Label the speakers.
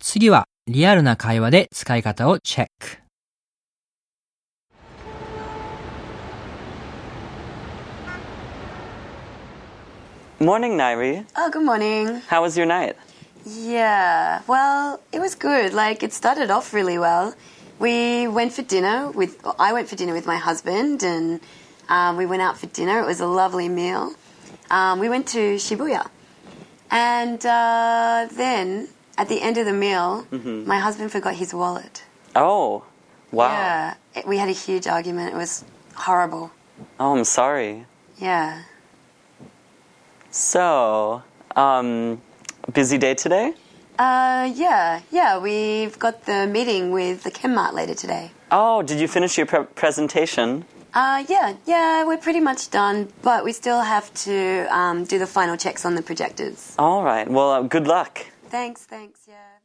Speaker 1: 次はリアルな会話で使い方をチェック。
Speaker 2: Morning, Nairi.
Speaker 3: Oh, good morning.
Speaker 2: How was your night?
Speaker 3: Yeah, well, it was good. Like, it started off really well. We went for dinner with, well, I went for dinner with my husband, and um, we went out for dinner. It was a lovely meal. Um, we went to Shibuya. And uh, then, at the end of the meal, my husband forgot his wallet.
Speaker 2: Oh, wow.
Speaker 3: Yeah, it, we had a huge argument. It was horrible.
Speaker 2: Oh, I'm sorry.
Speaker 3: Yeah.
Speaker 2: So, um, busy day today?
Speaker 3: Uh, yeah, yeah, we've got the meeting with the Kenmart later today.
Speaker 2: Oh, did you finish your pre- presentation?
Speaker 3: Uh, yeah, yeah, we're pretty much done, but we still have to um, do the final checks on the projectors.
Speaker 2: All right. Well, uh, good luck.
Speaker 3: Thanks, thanks, yeah.